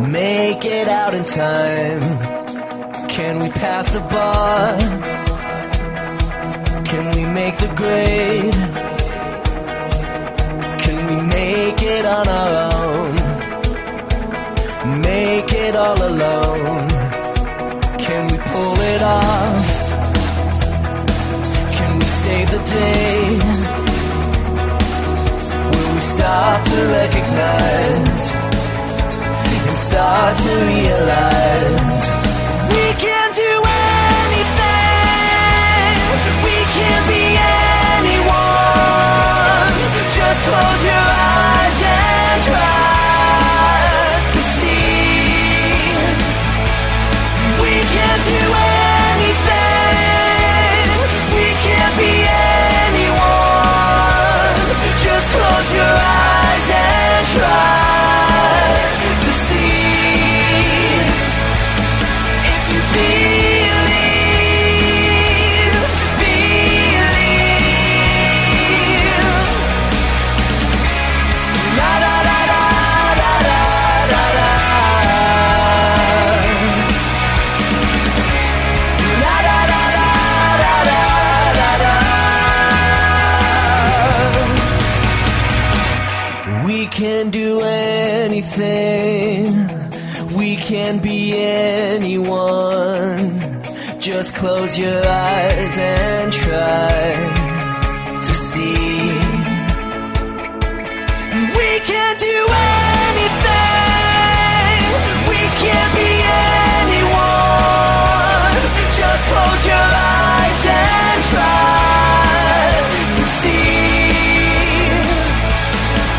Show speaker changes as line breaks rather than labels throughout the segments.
Make it out in time? Can we pass the bar? Can we make the grade? Can we make it on our own? Make it all alone? Can we pull it off? Can we save the day? Will we start to recognize and start to realize we can do anything? We can be anyone. Just close your eyes and try to see. We can do anything. We can be anyone. Just close your eyes and try to see. If you believe, believe. La da da da da da da da. La da da da da da da da. We can do anything. We can be anyone. Just close your eyes and try to see. We can do anything. We can be anyone. Just close your eyes and try to see.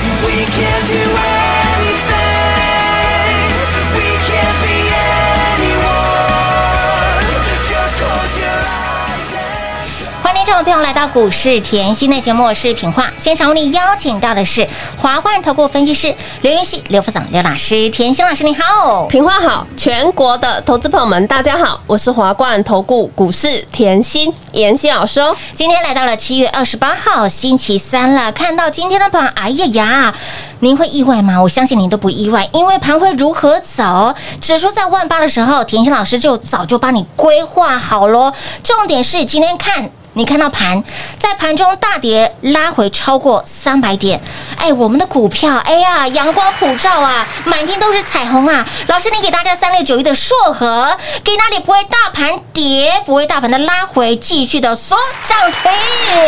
We can do anything. We can be anyone. Just close your eyes and try.
欢迎各位朋友来到股市甜心的节目，我是品化。现场为你邀请到的是华冠投顾分析师刘云熙、刘副总、刘老师、甜心老师，你 好。
品话好，全国的投资朋友们，大家好，我是华冠投顾股市甜心妍希老师哦。
今天来到了七月二十八号星期三了，看到今天的盘，哎呀呀，您会意外吗？我相信您都不意外，因为盘会如何走，指数在万八的时候，甜心老师就早就帮你规划好喽。重点是今天看。你看到盘在盘中大跌拉回超过三百点，哎，我们的股票，哎呀，阳光普照啊，满天都是彩虹啊！老师，你给大家三六九一的硕和，给哪里不会大盘跌，不会大盘的拉回，继续的锁涨停，哎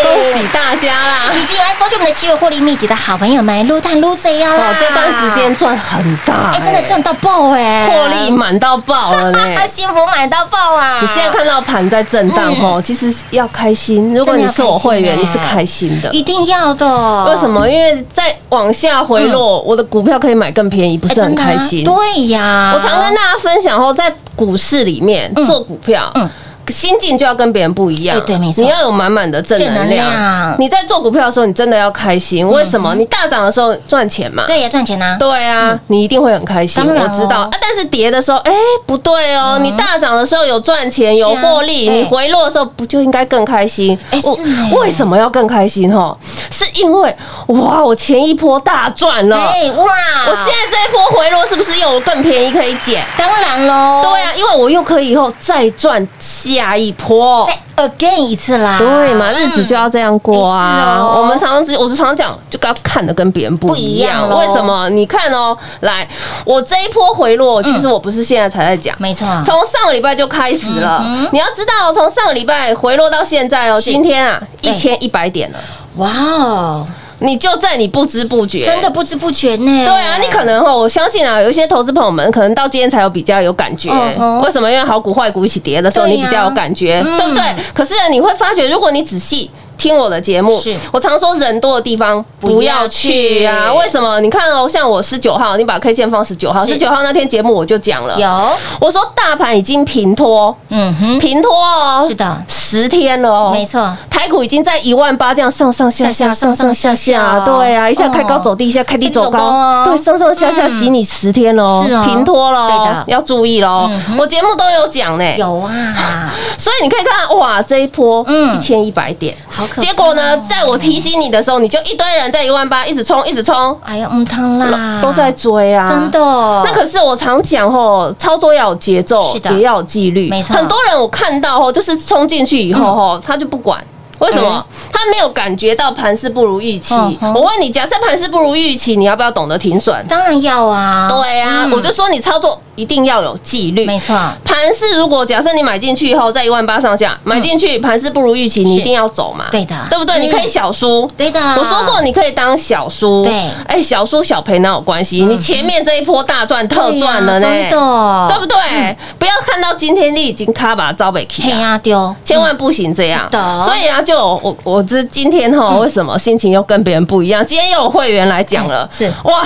恭喜啊大家啦！
已经有来搜集我们的七月获利秘籍的好朋友们，撸蛋撸贼呀！
哦哇，这段时间赚很大、
哎、真的赚到爆哎、
获利满到爆 了呢。
幸福买到爆啊！
你现在看到盘在震荡
嗯
哦，其实要开心。如果你是我会员，
真
你
的要开心啊
是开心的
一。哦定要的，
为什？么？因为再往下回落，我的股票可以买更便宜，不
嗯哎
是很开心。
真的啊对呀，
我常跟大家分享哦，在股市里面
嗯
做股票，
嗯
心境就要跟别人不一样
哎。对没错
你要有满满的正能
正能
量
量。嗯
你在做股票的时候，你真的要开心。为什么？你大涨的时候赚钱嘛。
对呀，赚钱呐，
对啊，你一定会很开心，
当然嗯
我
哦
知道啊。但是跌的时候，哎，不对哦，你大涨的时候有赚钱有获利，
对
你回落的时候不就应该更开心
啊哎？
我
是呢
为什么要更开心？吼，是因为哇，我前一波大赚了，
哎乌啦，
我现在这一波回落是不是又有更便宜可以捡？
当然喽，
对啊，因为我又可以以后再赚下一波。
再 again 一次啦，嗯
对嘛，日子就
要
要这样过啊！
哎是哦
我们常常只，我是常常讲，就该看的跟别人不一样。
不一样咯
为什么？你看哦，来，我这一波回落，其实我不是现在才在讲。
没错，
从上个礼拜就开始了，
嗯
你要知道哦，从上个礼拜回落到现在哦，
是
今天啊
对
一千一百点了，
哇哦，
你就在你不知不觉，
真的不知不觉呢，
对啊，你可能哦，我相信啊，有一些投资朋友们可能到今天才有比较有感觉
嗯，哼
为什么？因为好股坏股一起跌的时候，
对呀啊
你比较有感觉，
嗯
对不对？可是呢你会发觉，如果你仔细。听我的节目，
是
我常说人多的地方不要去
不要
啊。
去
为什么？你看哦，像我十九号，你把 K 线放十九号，
是
十九号那天节目我就讲了，
有，
我说大盘已经平拖，
嗯哼，
平拖哦，
是的
十天了哦，
没错，
台股已经在一万八这样上上下下、
上上
上上
下下
下
上上下
下，
下
对啊，一下
哦
开高走低，一下开低走
开低走高哦
高，对，上上下下洗你十天喽
是哦，
平拖
对
喽
的，
要注意喽
嗯哼。
我节目都有讲呢，
有啊，
所以你可以看哇，这一波
嗯
一千一百点，
好可怕哦
结果呢，在我提醒你的时候，你就一堆人在一万八一直冲，一直冲，
哎呀，嗯，汤啦，
都在追啊，
真的。
那可是我常讲吼，操作要有节奏
是的，
也要有纪律。
没错嗯
很多人我看到吼，就是冲进去以后吼，他就不管。为什么、
哎
他没有感觉到盘势不如预期？
嗯哼
我问你，假设盘势不如预期，你要不要懂得停损？
当然要啊，
对啊，
嗯
我就说你操作一定要有纪律。
没错，
盘势如果假设你买进去以后在一万八上下，买进去盘势不如预期，你一定要走嘛？
嗯对的
对不对？
嗯
你可以小输。
对的，
我说过，你可以当小输，
嗯对嗯
哎，小输小赔哪有关系？你前面这一波大赚特赚了呢，
哎对呀真的，嗯
对不对？不要看到今天你已经卡把招北 K
嘿
了。
呀丢，
千万不行这样
是，的嗯
所以啊，就我我这今天哈，为什么心情又跟别人不一样？今天又有会员来讲了，
哎是
哇，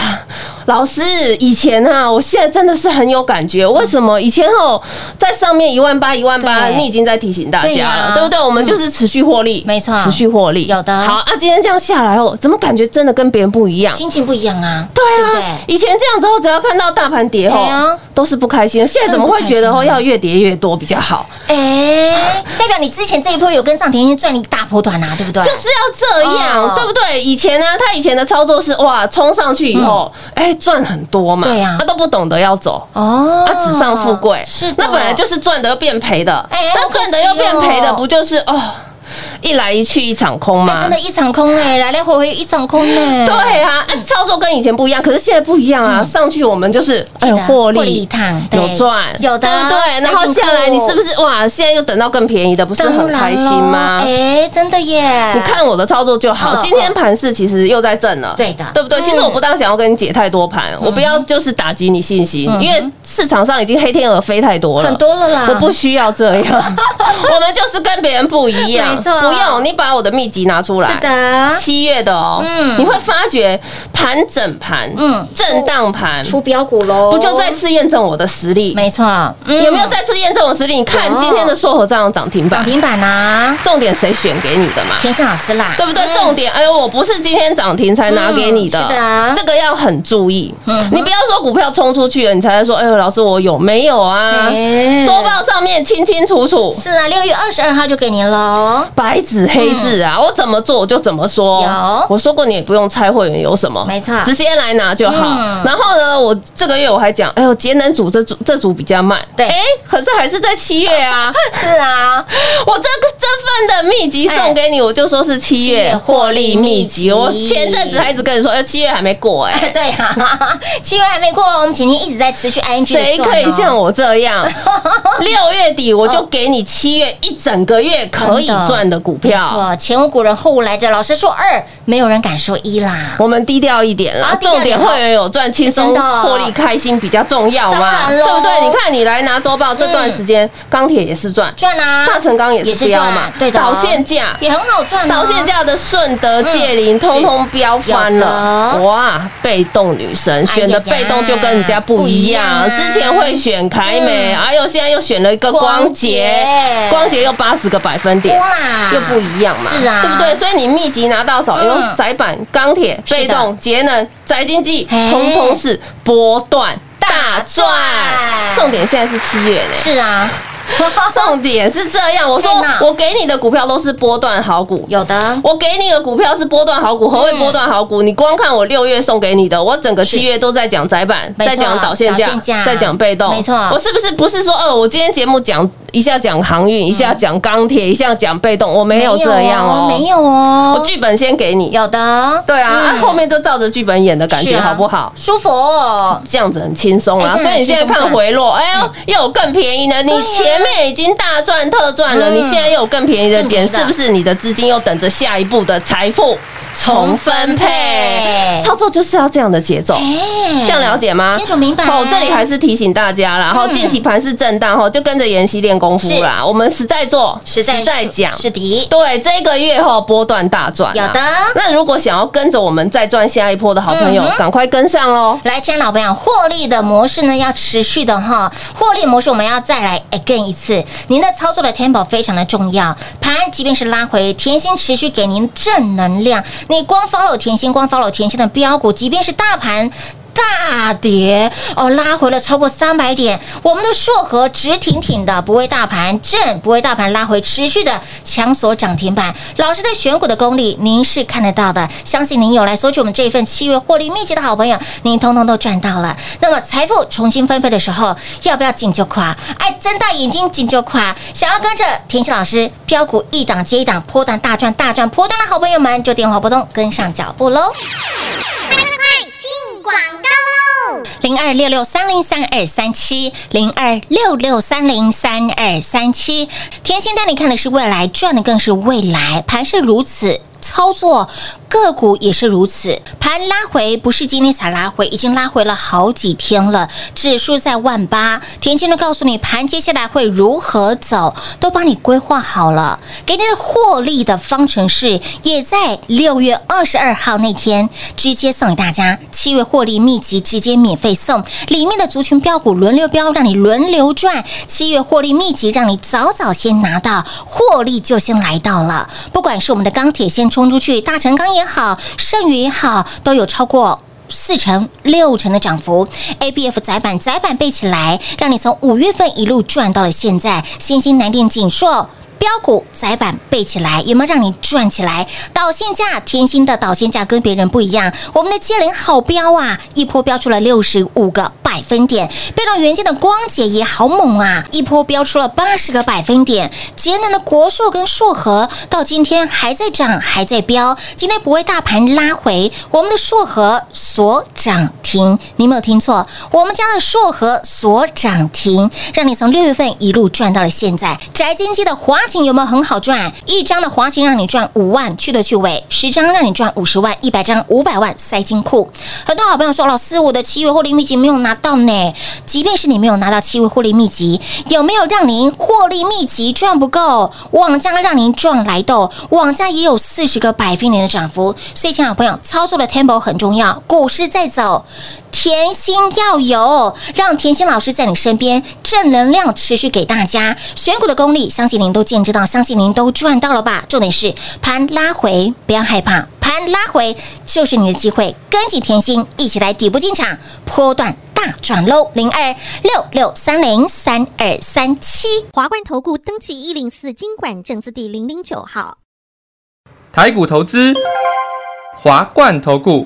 老师以前啊，我现在真的是很有感觉，为什么以前哦，在上面一万八一万八，
对
你已经在提醒大
对
家
呀
了，对不对？我们就是持续获利，
没错
持续获利，
有的
好啊，今天这样下来哦，怎么感觉真的跟别人不一样？
心情不一样啊，
对
不
啊，
对？
以前这样子后，只要看到大盘跌后
对啊，
都是不开心的。现在怎么会觉得哦要越跌越多比较好？
哎，代表你之前这一波有跟上甜甜赚你大波段啊，对不对？
就是要这
哦
样，对不对？以前呢，他以前的操作是哇，冲上去以后，哎，赚很多嘛，
嗯对啊
他都不懂得要走。
哦，
他啊纸上富贵，
是的，
那本来就是赚得又变赔的，
哎好
那
可
赚得又
惜哦
变赔的，不就是哦，一来一去一场空
哎
吗？
真的，一场空哎，来来回回一场空哎呢，
对啊，啊操作跟以前不一样，可是现在不一样啊，上去我们就是
嗯记
哎
得
获
获利一
利
趟对
有赚，
有的
对不对？然后下来你是不是哇？现在又等到更便宜的，不是
当然咯，
很开心吗？
哎，真的耶，
你看我的操作就好
嗯，
今天盘势其实又在震了，
对的
对不对？
嗯
其实我不当想要跟你解太多盘，我不要就是打击你信心
嗯，哼
因为市场上已经黑天鹅飞太多了，
很多了啦，
我不需要这 样，我们就是跟别人不一样，
没错
不用你把我的秘籍拿出来，
是的
七月的哦，
嗯
你会发觉盘整盘，
嗯
嗯，震荡盘，
出标股喽，
不就再次验证我的实力？
没错，嗯
有没有再次验证我的实力？你看
有
今天的硕和这样涨停
涨
板，
停板啊？
重点谁选给你的嘛？
天象老师啦，
对不对？重点，哎呦，我不是今天涨停才拿给你的，
嗯嗯是的啊
这个要很注意。
嗯哼
你不要说股票冲出去了，你才在说，哎呦，老师我有没有啊？
哎
周报上面清清楚楚，
是啊，六月二十二号就给您喽，
白纸黑字啊，我怎么做我就怎么说。
嗯有
我说过你也不用猜会员有什么，
没错
直接来拿就好。
嗯
然后呢，我这个月我还讲，哎呦，节能组这组这组比较慢，
对
哎，可是还是在七月啊。
是啊，
我这个这份的秘籍送给你，我就说是七
七月
月
获
获
利
利
秘
秘
籍
籍。我前阵子还一直跟你说， 哎，七月还没过哎、
对啊，七月还没过，我们前天一直在持续 ing 的
谁
赚哦
可以像我这 样？六月底我就给你七月一整个月可以赚的股
哦没
票。
错，前无古人后无来者，老师说二，没有人敢说一啦。
我们低调一点
啊
啦，
低调
重
一点
点会员有赚，轻
真
松
的哦
获利，开心比较重要嘛，
当然
对
咯嗯
不对？你看你来拿周报这段时间，钢铁也是赚，
赚啊，
大成钢也是
赚啊
标嘛，
对的，哦
导线价
也很好赚、啊，
导线价的顺德、界林，通通飙翻
嗯有
了！
的
哇，被动女神选的被动就跟人家不一
哎呀
样
不一样。啊
之前会选凯美，
嗯
哎呦，现在又选了一个光洁
光洁，
光洁又八十个百分点
哇，
又不一样嘛，
是啊
对不对？所以你密集拿到手，
嗯
有窄板、钢铁、
是的
被动、节能、宅经济，
嘿
通通是波段大赚
大赚。
重点现在是七月呢，
是 啊，
重点是这样。我说
天哪
我给你的股票都是波段好股，
有的
我给你的股票是波段好
嗯
股，何谓波段好股？你光看我六月送给你的，我整个七月都在讲窄板，
没错
在讲导线
导线价
价，在讲被动，
没错
我是不是不是说，哦，我今天节目讲一下讲航
嗯
运，一下讲钢铁，一下讲被动，我没有这样哦，
没有哦，
我剧本先给你。
有的，
对啊，啊
嗯
后面就照着剧本演的感
是
觉
啊
好不好？
舒服哦、
这样子很轻松
哎
啊，
真的
所以你现在
很轻松啊嗯
看回落，哎呦，又有更便宜的，你
对呀啊
前面已经大赚特赚了，
嗯
你现在又有更便宜的
更便宜的
减，是不是你的资金又等着下一步的财富？重分配，操作就是要这样的节奏。这样了解吗？
哎清楚明白。嗯
好，这里还是提醒大家啦，哈，近期盘是震荡，哈，就跟着妍希练功夫啦。我们实在做，
哎实在
讲。
是的，
对，这个月哈波段大赚啊，
有的
那如果想要跟着我们再赚下一波的好朋友
嗯，哼
赶快跟上喽。
来，亲爱的老朋友，获利的模式呢要持续的哈，获利模式我们要再来 again 一次。您的操作的 tempo 非常的重要，盘即便是拉回，甜心持续给您正能量。你光 follow 甜心，光 follow 甜心的标股，即便是大盘。大跌哦，拉回了超过三百点，我们的硕和直挺挺的，不为大盘震，不为大盘拉回，持续的强锁涨停板。老师的选股的功力，您是看得到的，相信您有来索取我们这一份七月获利秘籍的好朋友，您通通都赚到了。那么财富重新分配的时候，要不要紧就垮？哎，睁大眼睛紧就垮。想要跟着田心老师标股一档接一档，波段大赚大赚波段的好朋友们，就电话拨动，跟上脚步喽。零二六六三零三二三七，零二六六三零三二三七。甜心带你看的是未来，赚的更是未来，盘是如此。操作个股也是如此，盘拉回不是今天才拉回，已经拉回了好几天了。指数在万八，甜心都告诉你盘接下来会如何走，都帮你规划好了，给你的获利的方程式也在六月二十二号那天直接送给大家。七月获利秘籍直接免费送，里面的族群标股轮流标，让你轮流赚。七月获利秘籍让你早早先拿到，获利就先来到了。不管是我们的钢铁先冲出去，大成钢也好，剩余也好，都有超过。四成、六成的涨幅，A B F 窄板、窄板背起来，让你从五月份一路赚到了现在。新兴南电、锦硕。标股窄板背起来，有没有让你赚起来？导线价，甜心的导线价跟别人不一样，我们的接连好标啊，一波标出了六十五个百分点。被动元件的光姐也好猛啊，一波标出了八十个百分点。节能的国硕跟硕和到今天还在涨，还在飙，今天不为大盘拉回，我们的硕和所涨停，你没有听错，我们家的硕和所涨停，让你从六月份一路赚到了现在。宅经济的华勤有没有很好赚？一张的华勤让你赚五万，去的去尾；十张让你赚五十万，一百张五百万塞金库。很多好朋友说，老师，我的七月获利秘籍没有拿到呢。即便是你没有拿到七月获利秘籍，有没有让您获利秘籍赚不够？网家让您赚来豆，网家也有四十个百分点的涨幅。所以，亲爱的朋友，操作的 tempo 很重要，股市在走。甜心要有，让甜心老师在你身边，正能量持续给大家。选股的功力，相信您都见知到，相信您都赚到了吧？重点是盘拉回，不要害怕，盘拉回就是你的机会，跟紧甜心一起来底部进场，波段大转喽！零二六六三零三二三七。
华冠投顾登记一零四经管证字第零零九号。
台股投资，华冠投顾。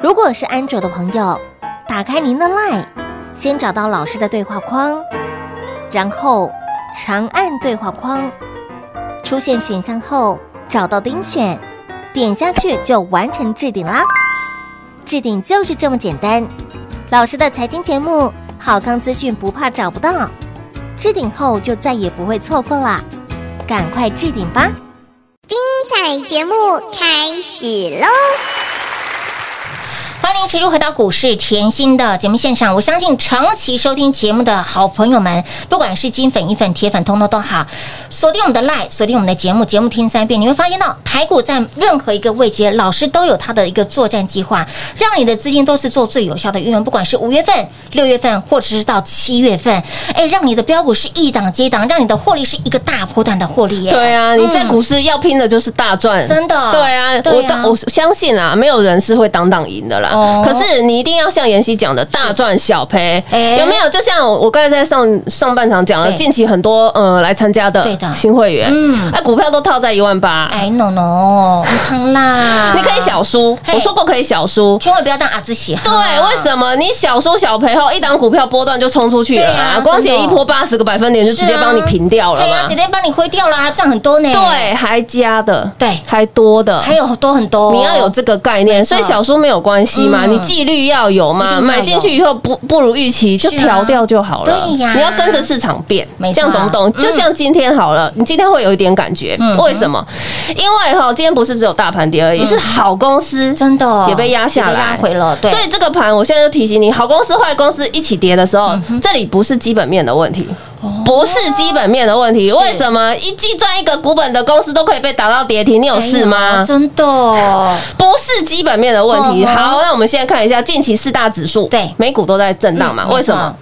如果是安卓的朋友，打开您的 LINE，先找到老师的对话框，然后长按对话框，出现选项后找到钉选，点下去就完成置顶啦。置顶就是这么简单。老师的财经节目，好康资讯不怕找不到，置顶后就再也不会错过啦，赶快置顶吧！
彩节目开始喽！
欢迎持续回到股市甜心的节目现场。我相信长期收听节目的好朋友们，不管是金粉、银粉、铁粉，通通都好，锁定我们的 line，锁定我们的节目，节目听三遍，你会发现到台股在任何一个位阶，老师都有他的一个作战计划，让你的资金都是做最有效的运用。不管是五月份、六月份，或者是到七月份，哎，让你的标股是一档接一档，让你的获利是一个大波段的获利耶。
对啊，你在
嗯
股市要拼的就是大赚，
真的
对啊，
对啊
我当我相信啊，没有人是会当当赢的啦。
哦
可是你一定要像妍希讲的，大赚小赔
哎，
有没有？就像我刚才在上上半场讲了，
对
近期很多呃来参加的
对的
新会员，
嗯
哎，股票都套在一万八，
哎，no no，唔通啦，
啊 你可以小输，
嘿
我说过可以小输。
千万不要当阿兹喜啊哈。
对，为什么你小输小赔后，一档股票波段就冲出去了
对啊
啊？光姐
真的
一波八十个百分点就直接帮你平掉了
对
嘛
啊，？直接帮你挥掉啦，赚很多呢。
对，，还加的，
对
还多的，
还有很多很多，
你要有这个概念，所以小说没有关系嘛，
哦嗯
你纪律要有
一
嘛，
定要有
买进去以后不不如预期就是
啊
调掉就好了。
对呀
你要跟着市场变
没，
这
错啊
样懂不
嗯
懂？就像今天好了，你今天会有一点感觉
嗯，
为什么？因为哈，今天不是只有大盘跌而已，是好公司
真的
也被压
也
下
被
来，
压回了。对，
所以这个盘，我现在就提醒你，好公司、坏公司一起跌的时候，
嗯
这里不是基本面的问题，
哦
不是基本面的问题。为什么一季赚一个股本的公司都可以被打到跌停？你有事
哎呦
吗？
真的，
不是基本面的问题。
嗯哼
好，那我们现在看一下近期四大指数，
对
美股都在震荡嘛？
嗯
为什么？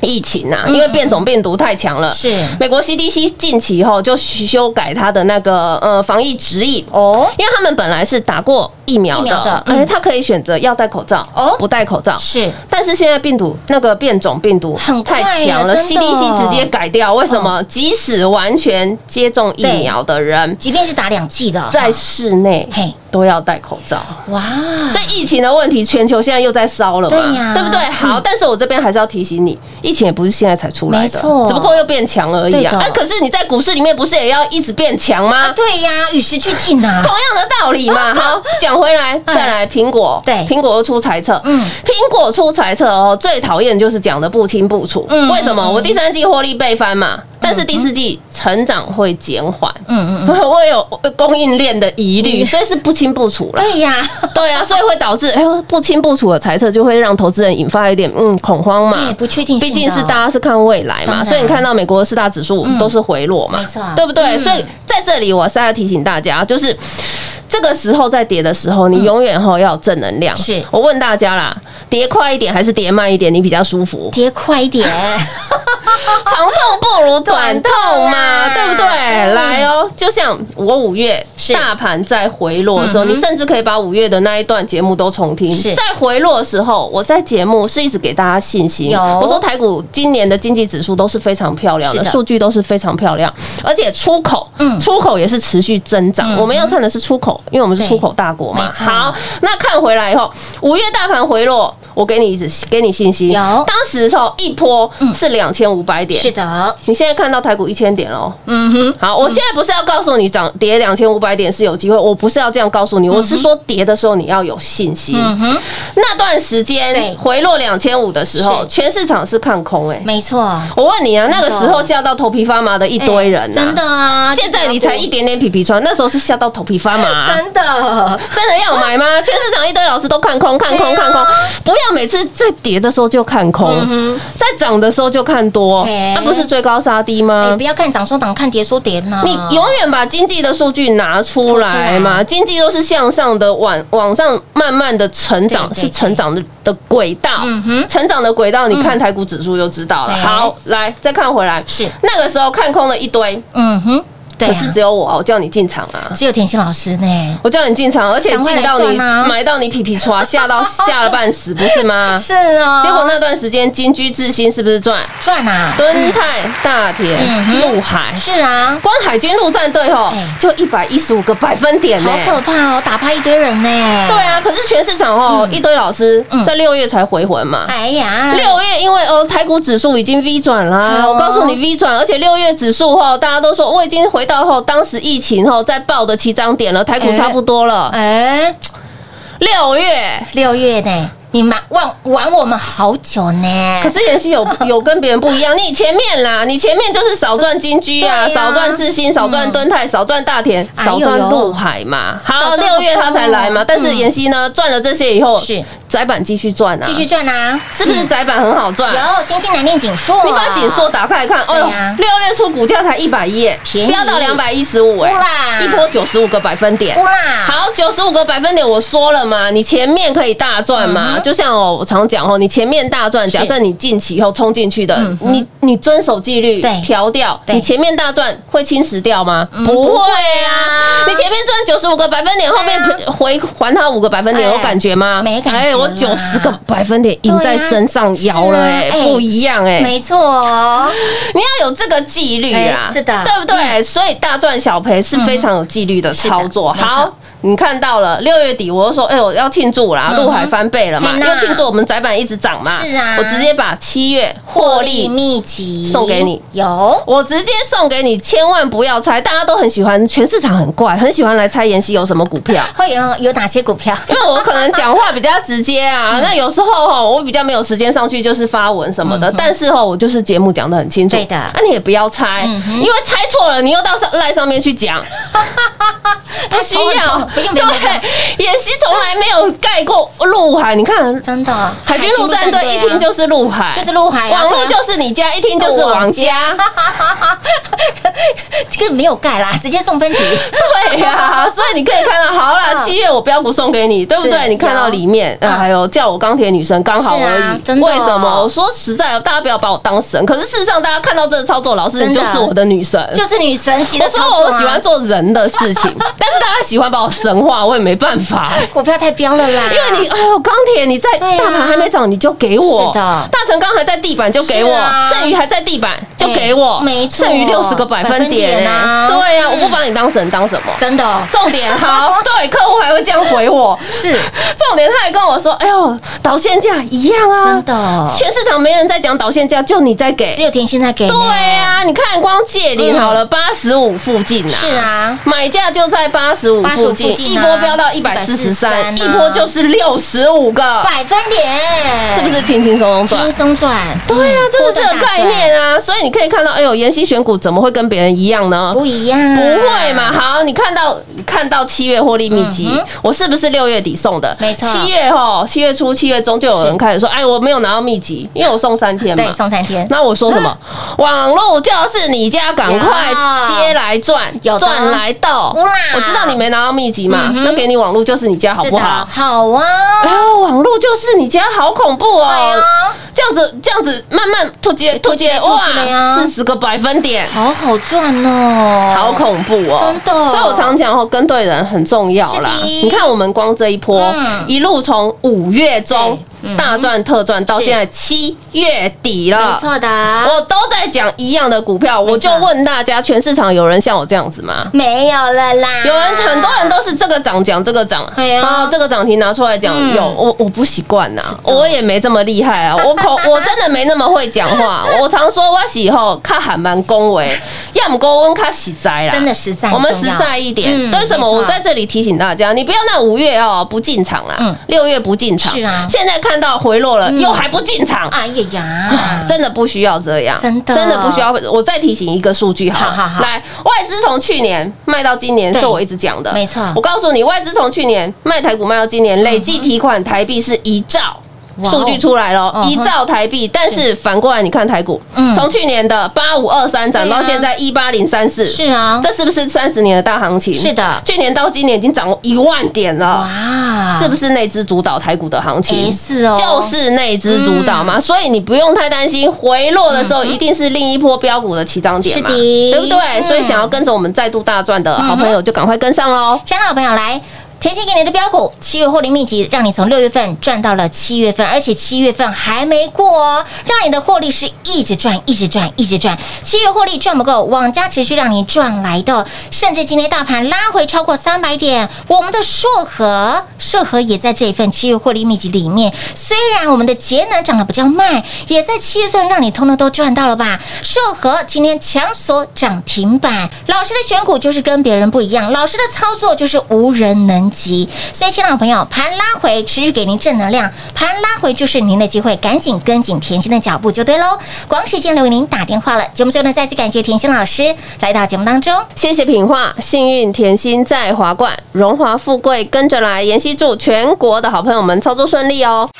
疫情啊，因为变种病毒太强了。
是
美国 CDC 近期后就修改它的那个呃防疫指引
哦
因为他们本来是打过疫苗
疫苗的
的，
嗯
而且他可以选择要戴口罩
哦
不戴口罩。
是
但是现在病毒那个变种病毒
很快
太
耶
强了
真的嗯
，CDC 直接改掉。为什么？即使完全接种疫苗的人
即便是打两剂的，
在室内
嘿
都要戴口罩。
哇，
所以疫情的问题，全球现在又在烧了嘛，
对呀嗯
不对？好，但是我这边还是要提醒你，疫情也不是现在才出来
没
的，
错
只不过又变强而已啊。
对的
哎，可是你在股市里面不是也要一直变强吗？
啊对呀，与时俱进啊 呐
同，样的道理 嘛。好，讲回来，
哎
再来苹果，
对
苹果又出裁测，
嗯
苹果出裁测哦，最讨厌就是讲的不清不楚。
嗯
为什么？我第三季获利倍翻嘛，但是第四季成长会减缓。
嗯嗯， 嗯
我有供应链的疑虑，所以是不清不楚啦。
对呀，
对啊，所以会导致哎呦不清不楚的猜测，就会让投资人引发一点嗯恐慌嘛。
哎，不确定性
毕
的，
竟是大家是看未来
当
嘛，
然
所以你看到美国四大指数
嗯
都是回落嘛，
没错
对不对？
嗯
所以在这里，我是要提醒大家，就是这个时候在跌的时候，你永远后要有正能量。
嗯是
我问大家啦，跌快一点还是跌慢一点，你比较舒服？
跌快一点，
长痛不如短痛嘛，
短痛啦
对不对？
嗯
来哦，就像我五月大盘在回落的时候，你甚至可以把五月的那一段节目都重听
嗯是。
在回落的时候，我在节目是一直给大家信心。
有
我说台股今年的经济指数都是非常漂亮
是
的，
的
数据都是非常漂亮，而且出口，
嗯
出口也是持续增长。我们要看的是出口，因为我们是
对
出口大国嘛。
没错
好，那看回来以后，五月大盘回落，我给你一直给你信心。
有
当时的时候一波
嗯
是两千五百点，
是的，
你现在看到台股一千点喽。
嗯哼，
好，我现在不是要告诉你涨跌两千五百点是有机会，我不是要这样告诉你，我是说跌的时候你要有信心。
嗯哼，
那段时
对
间回落两千五的时候
是，
全市场是看空哎、
没错，
我问你啊，
真的
那个时候吓到头皮发麻的一堆人、
哎真的。啊，
现在你才一点点皮皮穿，那时候是吓到头皮发麻、啊
真的，
真的要买吗？全市场一堆老师都看空，看空，看空，
啊
不要每次在跌的时候就看空，
嗯
在涨的时候就看多，
嘿
那、不是追高杀低
哎，
吗
不？要看涨说涨，看跌说跌呢，
呃你永远把经济的数据拿出来
出出
嘛，经济都是向上的，往往上慢慢的成长，
对对
是成长的的轨道
嗯哼，嗯
成长的轨道，你看台股指数就知道了。
哎
好，来再看回来，
是
那个时候看空了一堆，
嗯哼，对啊，
可是只有我啊，我叫你进场啊。
只有甜心老师呢，
我叫你进场，而且进到
赶快来
你
赚啊
买到你皮皮刷，吓到吓了半死，不是 吗？
是哦，
啊结果那段时间，金居智新是不是赚？
赚啊，
敦泰、大田
嗯、哼
陆海，
是啊，
光海军陆战队吼
哎，
就一百一十五个百分点呢
好。可怕哦，打趴一堆人呢。
对，啊，可是全市场哦，一堆老师
嗯
在六月才回魂嘛。
哎呀，
六月因为哦，台股指数已经 V 转啦，
好哦
我告诉你 V 转，而且六月指数后，大家都说我已经回到后当时疫情后在报的起涨点了，台股
哎
差不多了。
哎，
六月
六月呢，你玩玩玩我们好久呢。
可是 妍希有有跟别人不一样，你前面啦，你前面就是少赚金居啊，
对啊
少赚智新，少赚敦泰，少赚大田，
哎呦
少
呦
赚陆海嘛。好，
少赚好
六月他才来
多
嘛，
哦
但是妍希呢，赚了这些以后，
是
窄板继续赚啊，
继续赚啊，嗯
是不是窄板很好赚？
有星星难念紧啊硕，
你把紧缩打开来看，哦呦
对啊，
六月初股价才一百一，
便宜
飙到两百一十五，哎
不啦，
一波九十五个百分点
呼。啦，
好，九十五个百分点，我说了嘛，你前面可以大赚
嗯
嘛，就像哦，我常讲哦，你前面大赚，假设你近期以后冲进去的，
嗯哼
你你遵守纪律
对，
调掉，
对
你前面大赚会侵蚀掉吗？
不
不
会
会
啊
啊，你前面赚九十五个百分点，后面回还他五个百分点，
哎
有感觉吗？
没感觉
哎，我
啦
九十个百分点赢在
对啊
身上摇
是
了，
啊
哎，
哎
不一样哎，
没错哦，
你要有这个纪律啦
哎，是的
对不对？所以大赚小赔是非常有纪律的操作。
嗯是的没
嗯好
错，
你看到了六月底，我就说，哎，我要庆祝啦，陆海翻倍了嘛，
嘿呐
要庆祝我们窄板一直涨嘛，
是啊
我直接把七月获利。
秘籍
送给你，
有
我直接送给你，千万不要猜，大家都很喜欢，全市场很怪，很喜欢来猜妍希有什么股票。
会有有哪些股票？
因为我可能讲话比较直接
嗯
啊，那有时候哈，我比较没有时间上去就是发文什么的，但是哈，我就是节目讲的很清楚，
嗯对的
啊，你也不要猜，
嗯哼
因为猜错了，你又到上赖上面 去讲，不需要，
不用不用不用
对，演习从来没有盖过陆海，你看
真的，哦
海军陆战队一听
啊
就是陆海，
就是陆海啊，
网络就是你家，一听就是网家。
这个没有盖 啦，直接送分题，
对呀、 所以你可以看到，好
嗯
啦，七月我标股送给你，对不对？你看到里面，
有
啊，还有叫我钢铁女神刚好
嗯
而
是啊
已。
真的哦
为什么？我说实在，大家不要把我当神，可是事实上，大家看到这个操作，老师
真
你
的
就是我的女神。
就是女神级
我
的操
说
作啊
我喜欢做人的 事情，但是大家喜欢把我神化，我也没办法。
股票太标了啦，
因为你，哎呦，钢铁你在
对啊
大盘还没涨，你就给我；
啊是的
大成钢还在地板就给我
是啊，
剩余还在地板就给我，
哎没错
剩余六十个百分
百分
点
点啊
呢。对呀，
嗯
我不把你当神当什么？
真的哦
重点好，对，客户还会这样回我。
是
重点，他还跟我说：“哎呦，导线价一样啊，
真的哦
全市场没人在讲导线价，就你嗯在给。”
只有甜心在给呢，
对啊，你看光借零好了，八十五附近啊，
是啊，
买价就在八十五附
附
近，
近
一
啊
波飙到一百四十
143
三，一波就是六十五个，
百分点
是不是轻轻松
轻
松赚？
松赚？
对啊，就是
波
这
段
个
大
概
赚
念啊，所以你可以看到，哎呦，妍希选股怎么会跟别人一样呢？
不一样，
不会嘛？？好，你看到你看到七月获利秘籍
嗯哼，
我是不是六月底送的？
没错
七月吼，七月初、七月中就有人开始说，哎，我没有拿到秘籍，因为我送三天
对，
嘛。
送三天，啊
那我说什么？网络就是你家，赶快接来赚
有，的
赚来斗
乌啦。嗯
我知道你没拿到秘籍嘛，那给你网络就是你家，好
是
不
的
好？
好啊，
哎呦，网络就是你家，好恐怖
对
哦！
啊，
这样子，这样子，慢慢突接突接，
突
哇
击了呀，
四十个百分点，
好好赚哦，
好恐怖哦，
真的
所以我常讲哦，跟对人很重要啦
是的。
你看我们光这一波
嗯，
一路从五月中大赚特赚到现在七月底
没
了。
错的，
啊我都在讲一样的股票，我就问大家，全市场有人像我这样子吗？
没有了啦，
有人很多人都是这个涨讲这个涨，
啊哎呀
啊，这个涨停拿出来讲，
嗯
有我我不习惯呐，我也没这么厉害啊， 我口我真的没那么会讲话，我常说我喜后看喊蛮恭维，要么我温看喜灾啦，
真的实在很
我们
重
实
要
在一点
嗯。
为什
没
么
错
我在这里提醒大家，你不要那五月哦不进场
嗯
啦，六月不进场
是啊，
现在看到回落了
嗯
又还不进场，
哎呀呀，
真的不需要这样，
真的
真的不需要。我再提醒一个数据好了，
好好好
来，外资从去年卖到今年，
对
是我一直讲的，
没错嗯
我告诉你，外资从去年卖台股卖到今年，累计提款台币是一兆。
哇哦
数据出来了
嗯，哼
一兆台币，但是反过来你看台股
嗯，
从去年的八五二三涨
对啊
到现在一八零三四，
是啊，
这是不是三十年的大行情？
是的
去年到今年已经涨一万点了。
哇，
是不是内资主导台股的行情？
哎嗯是哦
就是内资主导嘛，所以你不用太担心，回落的时候一定是另一波标股的起涨点
嗯
嘛，
是的
对不对？
嗯
所以想要跟着我们再度大赚的好朋友，就赶快跟上喽。
香老朋友来。甜心给你的标股，七月获利秘籍，让你从六月份赚到了七月份，而且七月份还没过哦，让你的获利是一直赚，一直赚，一直赚。七月获利赚不够，网家持续让你赚来的，甚至今天大盘拉回超过三百点，我们的硕和硕和也在这一份七月获利秘籍里面。虽然我们的节能涨得比较慢，也在七月份让你通通都赚到了吧？硕和今天强锁涨停板，老师的选股就是跟别人不一样，老师的操作就是无人能击。所以，亲爱的朋友，盘拉回持续给您正能量，盘拉回就是您的机会，赶紧跟紧甜心的脚步就对喽。广告时间留给您打电话了。节目最后呢，再次感谢甜心老师来到节目当中。
谢谢品画，幸运甜心在华冠，荣华富贵跟着来。妍希祝全国的好朋友们操作顺利哦。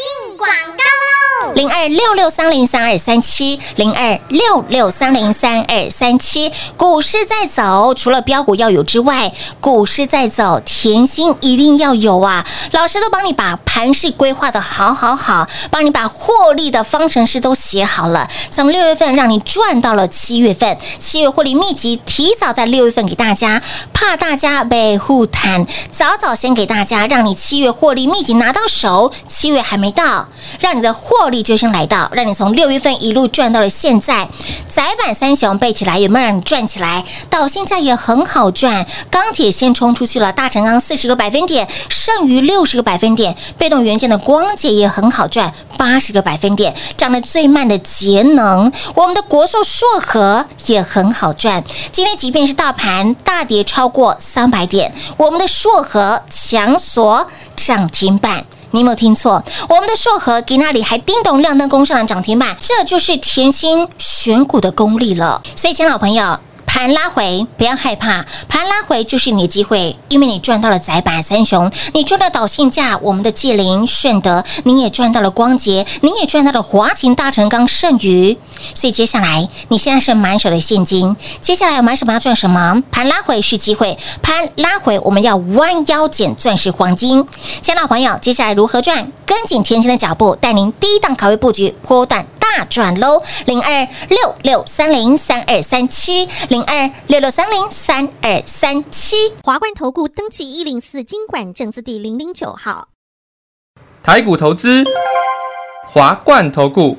进广告喽！
零二六六三零三二三七，零二六六三零三二三七。股市在走，除了标股要有之外，股市在走，甜心一定要有啊！老师都帮你把盘势规划的好好好，帮你把获利的方程式都写好了。从六月份让你赚到了七月份，七月获利秘籍提早在六月份给大家，怕大家被护谈，早早先给大家，让你七月获利秘籍拿到手，七月还没到，让你的获利就先来到，让你从六月份一路赚到了现在。窄板三雄背起来有没有让你赚起来？到现在也很好赚，钢铁先冲出去了，大成钢四十个百分点，剩余六十个百分点，被动元件的光洁也很好赚，八十个百分点，涨得最慢的节能，我们的国寿硕和也很好赚。今天即便是大盘大跌超过三百点，我们的硕和强锁涨停板。你有没有听错？我们的硕和给那里还叮咚亮灯攻上了涨停板，这就是甜心选股的功力了。所以，亲老朋友。盘拉回，不要害怕，盘拉回就是你的机会，因为你赚到了窄板三雄，你赚到导线价，我们的界林、顺德，你也赚到了光洁，你也赚到了华勤、大成钢、剩余。所以接下来你现在是满手的现金，接下来要买什么要赚什么，盘拉回是机会，盘拉回我们要弯腰捡钻石黄金。亲爱的朋友，接下来如何赚？跟紧甜心的脚步，带您低档卡位布局，波段大转喽！零二六六三零三二三七，零二六六三零三二三七。
华冠投顾登记一零四经管证字第零零九号。
台股投资，华冠投顾。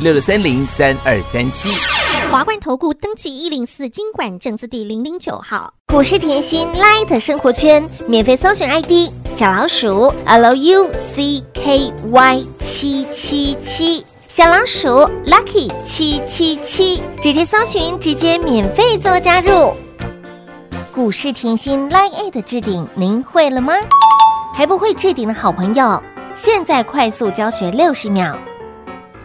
六六三零三二三七。
华冠投顾登记一零四经管证字第零零九号。股市甜心 Light 生活圈免费搜寻 ID 小老鼠 Lucky 七七七，小老鼠 Lucky 七七七，直接搜寻，直接免费做加入。股市甜心 Light 的置顶，您会了吗？还不会置顶的好朋友，现在快速教学六十秒。